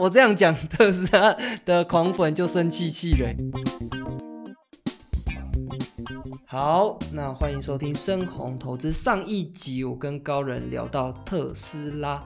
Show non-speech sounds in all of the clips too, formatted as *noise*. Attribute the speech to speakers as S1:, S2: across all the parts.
S1: 我这样讲，特斯拉的狂粉就生气气了欸。好，那欢迎收听深红投资。上一集我跟高人聊到特斯拉，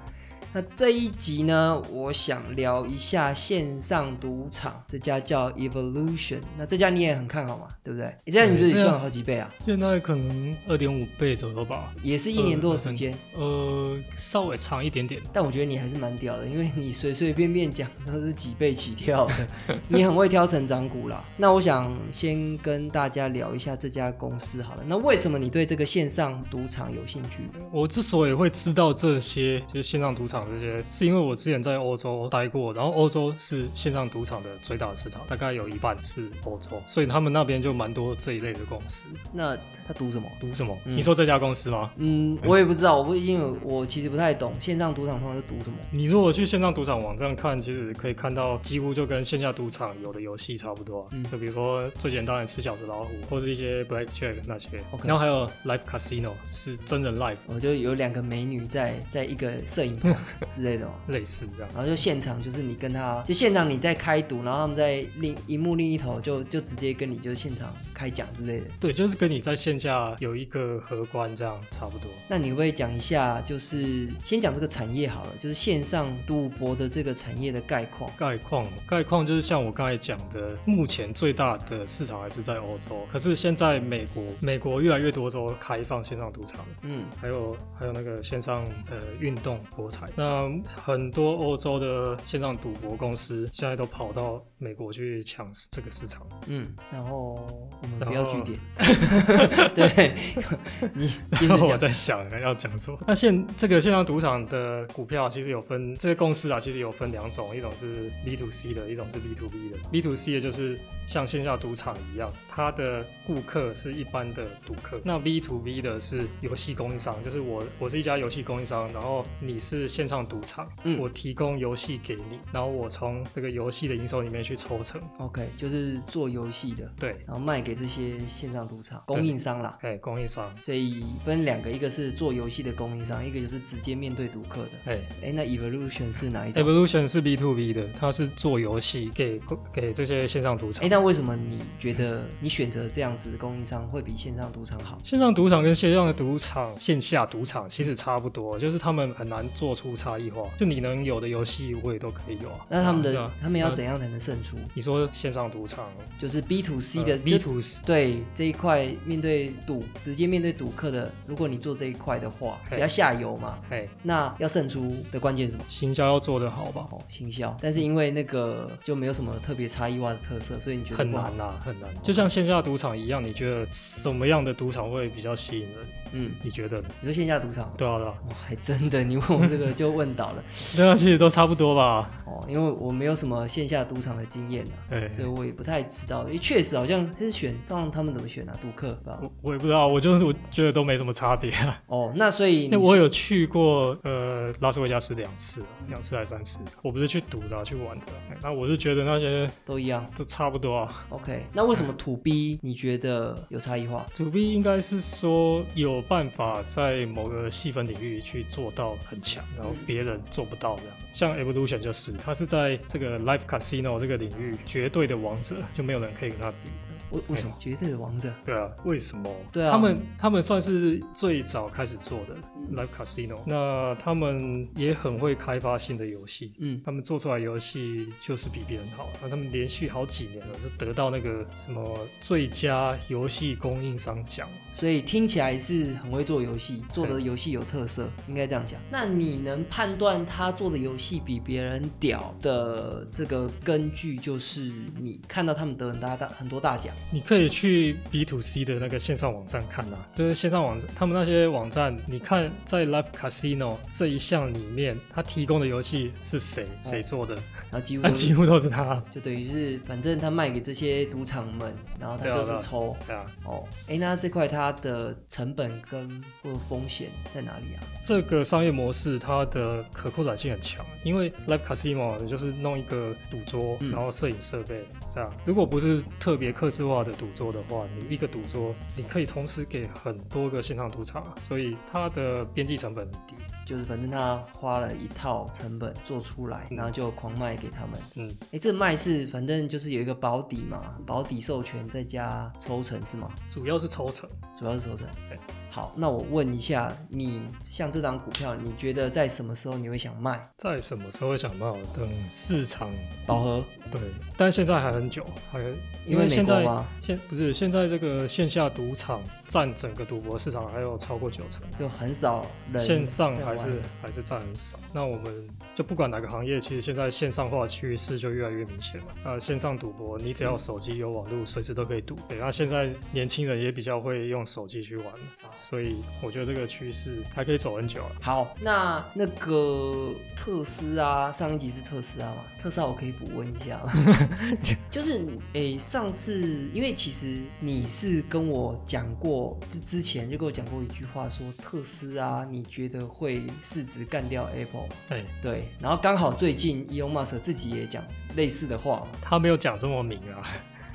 S1: 那这一集呢，我想聊一下线上赌场这家叫 Evolution，那这家你也很看好嘛，对不对？你这样你不是
S2: 对这
S1: 赚
S2: 样
S1: 了好几倍啊？
S2: 现在可能二点五倍左右吧，
S1: 也是一年多的时间，
S2: 呃，稍微长一点点。
S1: 但我觉得你还是蛮屌的，因为你随随便便讲都是几倍起跳 *laughs* 的，你很会挑成长股啦。那我想先跟大家聊一下这家公司好了。那为什么你对这个线上赌场有兴趣？
S2: 我之所以会知道这些，就是线上赌场这些，是因为我之前在欧洲待过，然后欧洲是线上赌场的最大的市场，大概有一半是欧洲，所以他们那边就蛮多这一类的公司。
S1: 那他赌什么？
S2: 赌什么？
S1: 嗯
S2: 你说这家公司吗？
S1: 嗯，我也不知道，我不因为我其实不太懂线上赌场通常是赌什么。
S2: 你如果去线上赌场网站看，其实可以看到几乎就跟线下赌场有的游戏差不多、啊，
S1: 嗯
S2: 就比如说最简单的吃小时老虎，或是一些 blackjack 那些
S1: OK
S2: 然后还有 live casino 是真人 live
S1: 我哦就有两个美女在在一个摄影 *laughs* 棚之类的嘛，
S2: 类似这样。
S1: 然后就现场就是你跟他就现场你在开赌，然后他们在另荧幕另一头就就直接跟你就现场开讲之类的。
S2: 对，就是跟你在线下有一个荷官这样差不多。
S1: 那你会不会讲一下，就是先讲这个产业好了，就是线上赌博的这个产业的概况。
S2: 概况，概况就是像我刚才讲的，目前最大的市场还是在欧洲，可是现在美国，美国越来越多州开放线上赌场，
S1: 嗯，
S2: 还有还有那个线上呃运动博彩，那很多欧洲的线上赌博公司现在都跑到美国去抢这个市场。
S1: 嗯，然后我们
S2: 然
S1: 不
S2: 后
S1: 要据
S2: *laughs*
S1: 点，对，你接着
S2: 然后 *laughs* 我
S1: 讲。
S2: 在想要讲什么。那现这个线上赌场的股票其实有分，这些公司啊其实有分两种，一种是 B to C 的，一种是 B to B 的。B to C 的就是像线下赌场一样，它的顾客是一般的赌客。那 B to B 的是游戏供应商，就是我我是一家游戏供应商，然后你是线上赌场，
S1: 嗯
S2: 我提供游戏给你，然后我从这个游戏的营收里面去抽成。
S1: OK，就是做游戏的，
S2: 对，
S1: 然后卖给这些线上赌场供应商啦。
S2: 哎，供应商，
S1: 所以分两个，一个是做游戏的供应商，一个就是直接面对赌客的。
S2: 哎，
S1: 哎，那 Evolution 是哪一种？
S2: Evolution 是 B to B 的，它是做游戏给给这些线上赌场
S1: 哎，。那为什么你觉得你选择这样子的供应商会比线上赌场好？
S2: 线上赌场跟线上的赌场、线下赌场其实差不多，就是他们很难做出差异化。就你能有的游戏，我也都可以有啊。
S1: 那他们
S2: 是
S1: 的
S2: 啊
S1: 他们要
S2: 那
S1: 怎样才能胜出？
S2: 你说线上赌场
S1: 就是 B to C 的
S2: 呃
S1: 就
S2: ，B to
S1: 对这一块面对赌，直接面对赌客的，如果你做这一块的话，
S2: 嘿
S1: 比较下游嘛，
S2: 哎，
S1: 那要胜出的关键是什么？
S2: 行销要做得好吧，
S1: 哦，行销。但是因为那个就没有什么特别差异化的特色，所以你觉得
S2: 很
S1: 不好
S2: 难？呐、很难。就像线下赌场一样，你觉得什么样的赌场会比较吸引人？
S1: 嗯，
S2: 你觉得呢？
S1: 你说线下赌场，
S2: 对啊，对啊，
S1: 哇，还真的，你问我这个就问倒了
S2: 对啊，其实都差不多吧。
S1: 哦，因为我没有什么线下赌场的经验啊。
S2: 哎，
S1: 所以我也不太知道，因为确实好像是选，让他们怎么选啊？赌客吧。
S2: 我我也不知道，我就是我觉得都没什么差别啊。
S1: 哦，那所以
S2: 因
S1: 你
S2: 为我有去过呃拉斯维加斯两次，两次还是三次，我不是去赌的啊、去玩的啊。那我是觉得那些
S1: 都一样。
S2: 都差不多啊。
S1: OK，那为什么土 B 你觉得有差异化？
S2: 主 B 应该是说有办法在某个细分领域去做到很强，然后别人做不到这
S1: 嗯
S2: 样。像 Evolution 就是，他是在这个 Live Casino 这个领域绝对的王者，就没有人可以跟他比。
S1: 为为什么哎绝对的王者？
S2: 对啊，为什么？
S1: 对啊
S2: 他们他们算是最早开始做的
S1: 嗯
S2: Live Casino，那他们也很会开发新的游戏，
S1: 嗯，
S2: 他们做出来游戏就是比别人好，那他们连续好几年了，是得到那个什么最佳游戏供应商奖。
S1: 所以听起来是很会做游戏，做的游戏有特色，应该这样讲。那你能判断他做的游戏比别人屌的这个根据，就是你看到他们得很大大很多大 *laughs* 奖。
S2: 你可以去 B to C 的那个线上网站看啊，就是线上网站，他们那些网站，你看在 Live Casino 这一项里面，他提供的游戏是谁谁做的，
S1: 然后啊几乎
S2: 那、
S1: 都
S2: 几乎都是他。
S1: 就等于是，反正他卖给这些赌场们，然后他就
S2: 对啊对
S1: 是
S2: 啊
S1: 抽。
S2: 对啊，
S1: *laughs* 哦，哎，那这块它的成本跟或者风险在哪里啊？
S2: 这个商业模式它的可扩展性很强，因为 Live Casino 也就是弄一个赌桌，
S1: 嗯
S2: 然后摄影设备这样。如果不是特别客制化的赌桌的话，你一个赌桌你可以同时给很多个线上赌场，所以它的边际成本很低。
S1: 就是反正他花了一套成本做出来，然后就狂卖给他们。
S2: 嗯，
S1: 哎，这卖是反正就是有一个保底嘛，保底授权再加抽成是吗？
S2: 主要是抽成。
S1: 主要是抽成
S2: 对。
S1: 好，那我问一下，你像这档股票，你觉得在什么时候你会想卖？
S2: 在什么时候会想到等市场
S1: 饱和？
S2: 对？但现在还很久，还
S1: 因
S2: 因
S1: 为
S2: 为
S1: 美
S2: 现
S1: 国
S2: 在
S1: 吗？
S2: 现不是现在这个线下赌场占整个赌博市场还有超过九成，
S1: 就很少人
S2: 线上
S1: 在
S2: 还
S1: 玩
S2: 是还是占很少。那我们就不管哪个行业，其实现在线上化的趋势就越来越明显了。呃，线上赌博，你只要有手机有网络，随时都可以赌。对，那现在年轻人也比较会用手机去玩，啊所以我觉得这个趋势还可以走很久啊。
S1: 好，那那个特斯拉上一集是特斯拉嘛？特斯拉我可以补问一下
S2: *laughs*
S1: 吗，就是诶、上次因为其实你是跟我讲过，之之前就跟我讲过一句话说特斯拉你觉得会市值干掉 Apple 吗
S2: 哎、
S1: 对，然后刚好最近 Elon Musk 自己也讲类似的话嘛，
S2: 他没有讲这么明啊。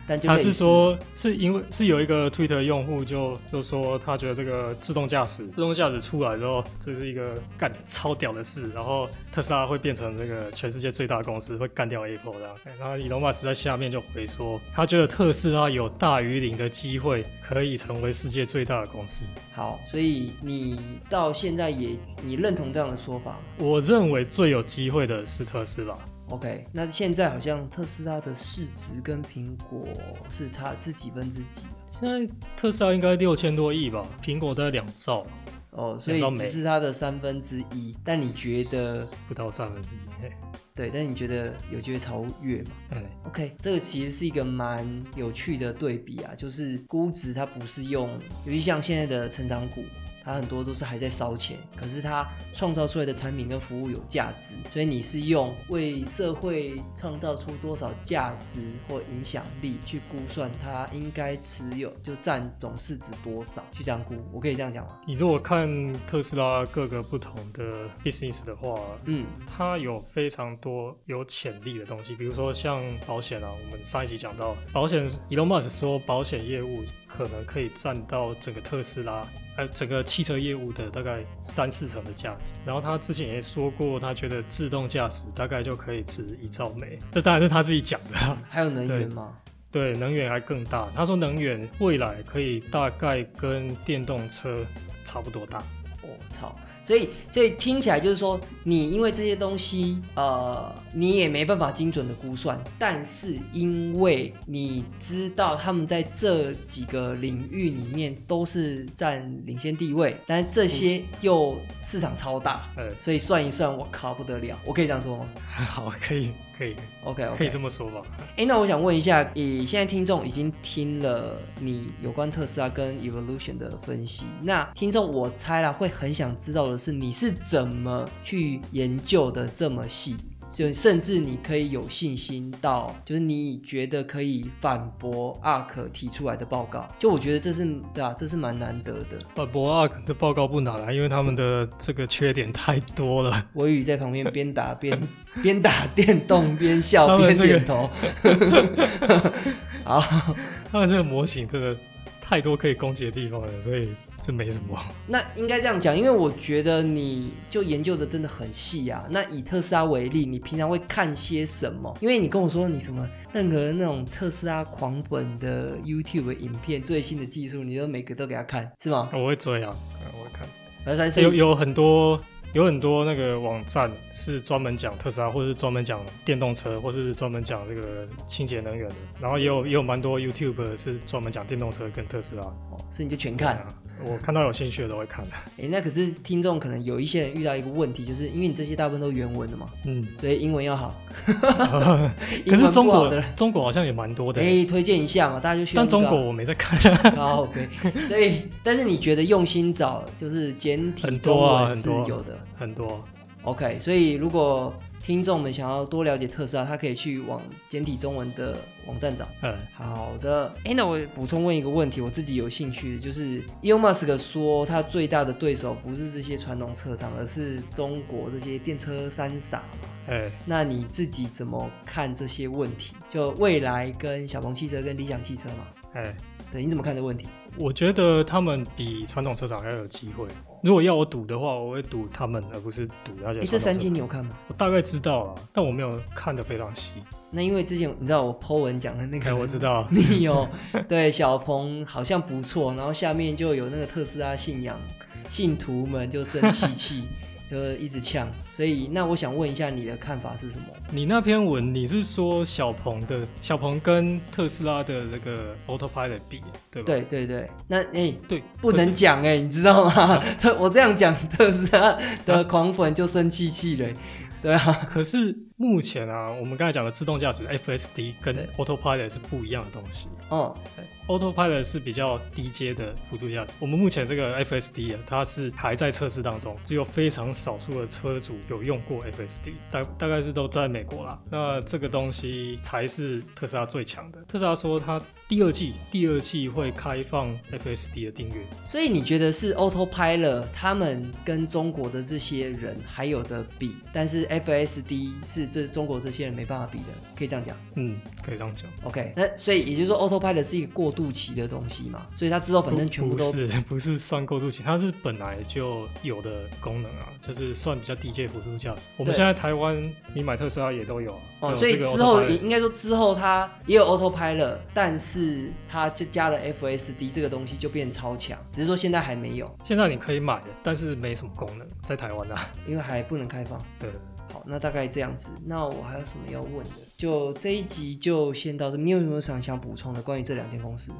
S1: 但就
S2: 他
S1: 类似
S2: 是说，是因为是有一个 Twitter 用户就就说他觉得这个自动驾驶，自动驾驶出来之后，这是一个干超屌的事，然后特斯拉会变成这个全世界最大的公司，会干掉 Apple 这样。然后伊隆马斯在下面就回说，他觉得特斯拉有大于零的机会，可以成为世界最大的公司。
S1: 好，所以你到现在也你认同这样的说法吗？
S2: 我认为最有机会的是特斯拉。
S1: OK，那现在好像特斯拉的市值跟苹果是差是几分之几啊、
S2: 现在特斯拉应该六千多亿吧，苹果大概两兆，
S1: 哦，所以
S2: 两兆
S1: 只
S2: 美
S1: 是它的三分之一。但你觉得
S2: 不到三分之一。嘿
S1: 对？但你觉得有机会超越吗
S2: 哎，
S1: ？OK，这个其实是一个蛮有趣的对比啊，就是估值它不是用，尤其像现在的成长股。它很多都是还在烧钱，可是它创造出来的产品跟服务有价值，所以你是用为社会创造出多少价值或影响力去估算它应该持有就占总市值多少去这样估，我可以这样讲吗？
S2: 你如果看特斯拉各个不同的 business 的话，
S1: 嗯，
S2: 它有非常多有潜力的东西，比如说像保险啊，我们上一集讲到保险，Elon Musk 说保险业务可能可以占到整个特斯拉。还有整个汽车业务的大概三四成的价值，然后他之前也说过，他觉得自动驾驶大概就可以值一兆美，这当然是他自己讲的、啊。
S1: 还有能
S2: 对
S1: 源吗？
S2: *laughs* 对，能源还更大。他说能源未来可以大概跟电动车差不多大。
S1: 我、哦操！所以所以听起来就是说，你因为这些东西，呃，你也没办法精准的估算，但是因为你知道他们在这几个领域里面都是占领先地位，但是这
S2: 嗯
S1: 些又市场超大，
S2: 呃，
S1: 所以算一算，我靠不得了！我可以这样说吗
S2: *laughs* 好，可以，可以，
S1: ？OK
S2: 可以
S1: OK。
S2: 这么说吧。
S1: 哎，那我想问一下，以现在听众已经听了你有关特斯拉跟 Evolution 的分析，那听众我猜啦会很想知道的是，你是怎么去研究的这么细？就甚至你可以有信心到，就是你觉得可以反驳 ARK 提出来的报告，就我觉得这是对啊，这是蛮难得的。
S2: 呃，博二的报告不难啊，因为他们的这个缺点太多了。
S1: 我宇在旁边边打
S2: *laughs*
S1: 边边打电动边笑
S2: 他们
S1: 边
S2: 这个
S1: 点
S2: *laughs*
S1: 头。 *laughs* 好。
S2: 他们这个模型真的太多可以攻击的地方了，所以这没什么。
S1: 那应该这样讲，因为我觉得你就研究的真的很细啊。那以特斯拉为例，你平常会看些什么？因为你跟我说你什么任何那种特斯拉狂本的 YouTube 影片、最新的技术，你都每个都给他看，是吗？
S2: *laughs* 我会追啊，
S1: 嗯
S2: 呃我会看。
S1: 反正所
S2: 有
S1: 以
S2: 有很多有很多那个网站是专门讲特斯拉，或者是专门讲电动车，或是专门讲这个清洁能源的。然后也有也有蛮多 YouTube 是专门讲电动车跟特斯拉。
S1: 哦所以你就全看。
S2: 啊，我看到有兴趣的都会看。
S1: 诶，那可是听众可能有一些人遇到一个问题，就是因为你这些大部分都原文的嘛，
S2: 嗯，
S1: 所以英文要好。
S2: *laughs* 可
S1: 英
S2: 是
S1: 文
S2: 中
S1: 不好
S2: 国
S1: 的人，
S2: 中国好像也蛮多的，
S1: 诶，推荐一下嘛，大家就需要、
S2: 但
S1: 那
S2: 中
S1: 个啊
S2: 国我没在看，
S1: *laughs* 好 OK，所以但是你觉得用心找就是简体
S2: 很
S1: 中
S2: 多啊
S1: 文是
S2: 很多啊
S1: 有的、
S2: 很多 *laughs*
S1: o k 所以如果听众们想要多了解特斯拉，他可以去往简体中文的网站找。
S2: 呃，
S1: 好的，哎，那我补充问一个问题，我自己有兴趣的，就是 Elon Musk 说他最大的对手不是这些传统车厂，而是中国这些电车三傻嘛。
S2: 哎，
S1: 那你自己怎么看这些问题？就未来跟小鹏汽车跟理想汽车嘛，
S2: 哎，
S1: 对，你怎么看这问题？
S2: 我觉得他们比传统车厂要有机会。如果要我赌的话，我会赌他们，而不是赌那些。
S1: 哎，这三季你有看吗？
S2: 我大概知道了，但我没有看得非常细。
S1: 那因为之前你知道我 Po 文讲的那
S2: 哎，
S1: 个，，
S2: 我知道
S1: 你有对小鹏好像不错，然后下面就有那个特斯拉信仰信徒们就生气气，
S2: *laughs*
S1: 就一直呛。所以那我想问一下你的看法是什么？
S2: 你那篇文你是说小鹏的小鹏跟特斯拉的那个 Autopilot 比，对吧？
S1: 对对对，那哎、
S2: 对，
S1: 不能
S2: 可是
S1: 讲哎、你知道
S2: *laughs*
S1: 吗？我这样讲特斯拉的狂粉就生气气了、对啊，
S2: 可是目前啊，我们刚才讲的自动驾驶 FSD
S1: 对
S2: 跟 Autopilot 是不一样的东西。
S1: 哦，
S2: Autopilot 是比较低阶的辅助驾驶，我们目前这个 FSD 啊，它是还在测试当中，只有非常少数的车主有用过 FSD，大大概是都在美国啦。那这个东西才是特斯拉最强的。特斯拉说它第二季第二季会开放 FSD 的订阅，
S1: 所以你觉得是 Autopilot 他们跟中国的这些人还有的比，但是 FSD 是这中国这些人没办法比的，可以这样讲。
S2: 嗯，可以这样讲。
S1: OK，那所以也就是说，Autopilot 是一个过渡期的东西嘛，所以它之后反正全部都
S2: 不不是 *laughs* 不是算过渡期，它是本来就有的功能啊，就是算比较低阶辅助驾驶。我们
S1: 对
S2: 现在台湾你买特斯拉也都有啊，
S1: 哦，
S2: 有
S1: 所以
S2: 这个
S1: 之后
S2: Autopilot
S1: 也应该说之后它也有 Autopilot，但是它就加了 FSD 这个东西就变超强，只是说现在还没有，
S2: 现在你可以买，但是没什么功能，在台湾啊。
S1: 因为还不能开放。
S2: 对，
S1: 好，那大概这样子。那我还有什么要问的？就这一集就先到这。你有没有想想补充的关于这两间公司？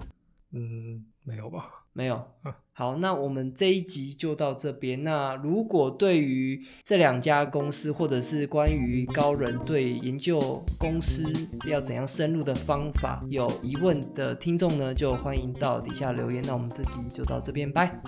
S2: 嗯，没有吧？
S1: 没有
S2: 嗯。
S1: 好，那我们这一集就到这边。那如果对于这两家公司，或者是关于高人对研究公司要怎样深入的方法有疑问的听众呢，就欢迎到底下留言。那我们这集就到这边，拜。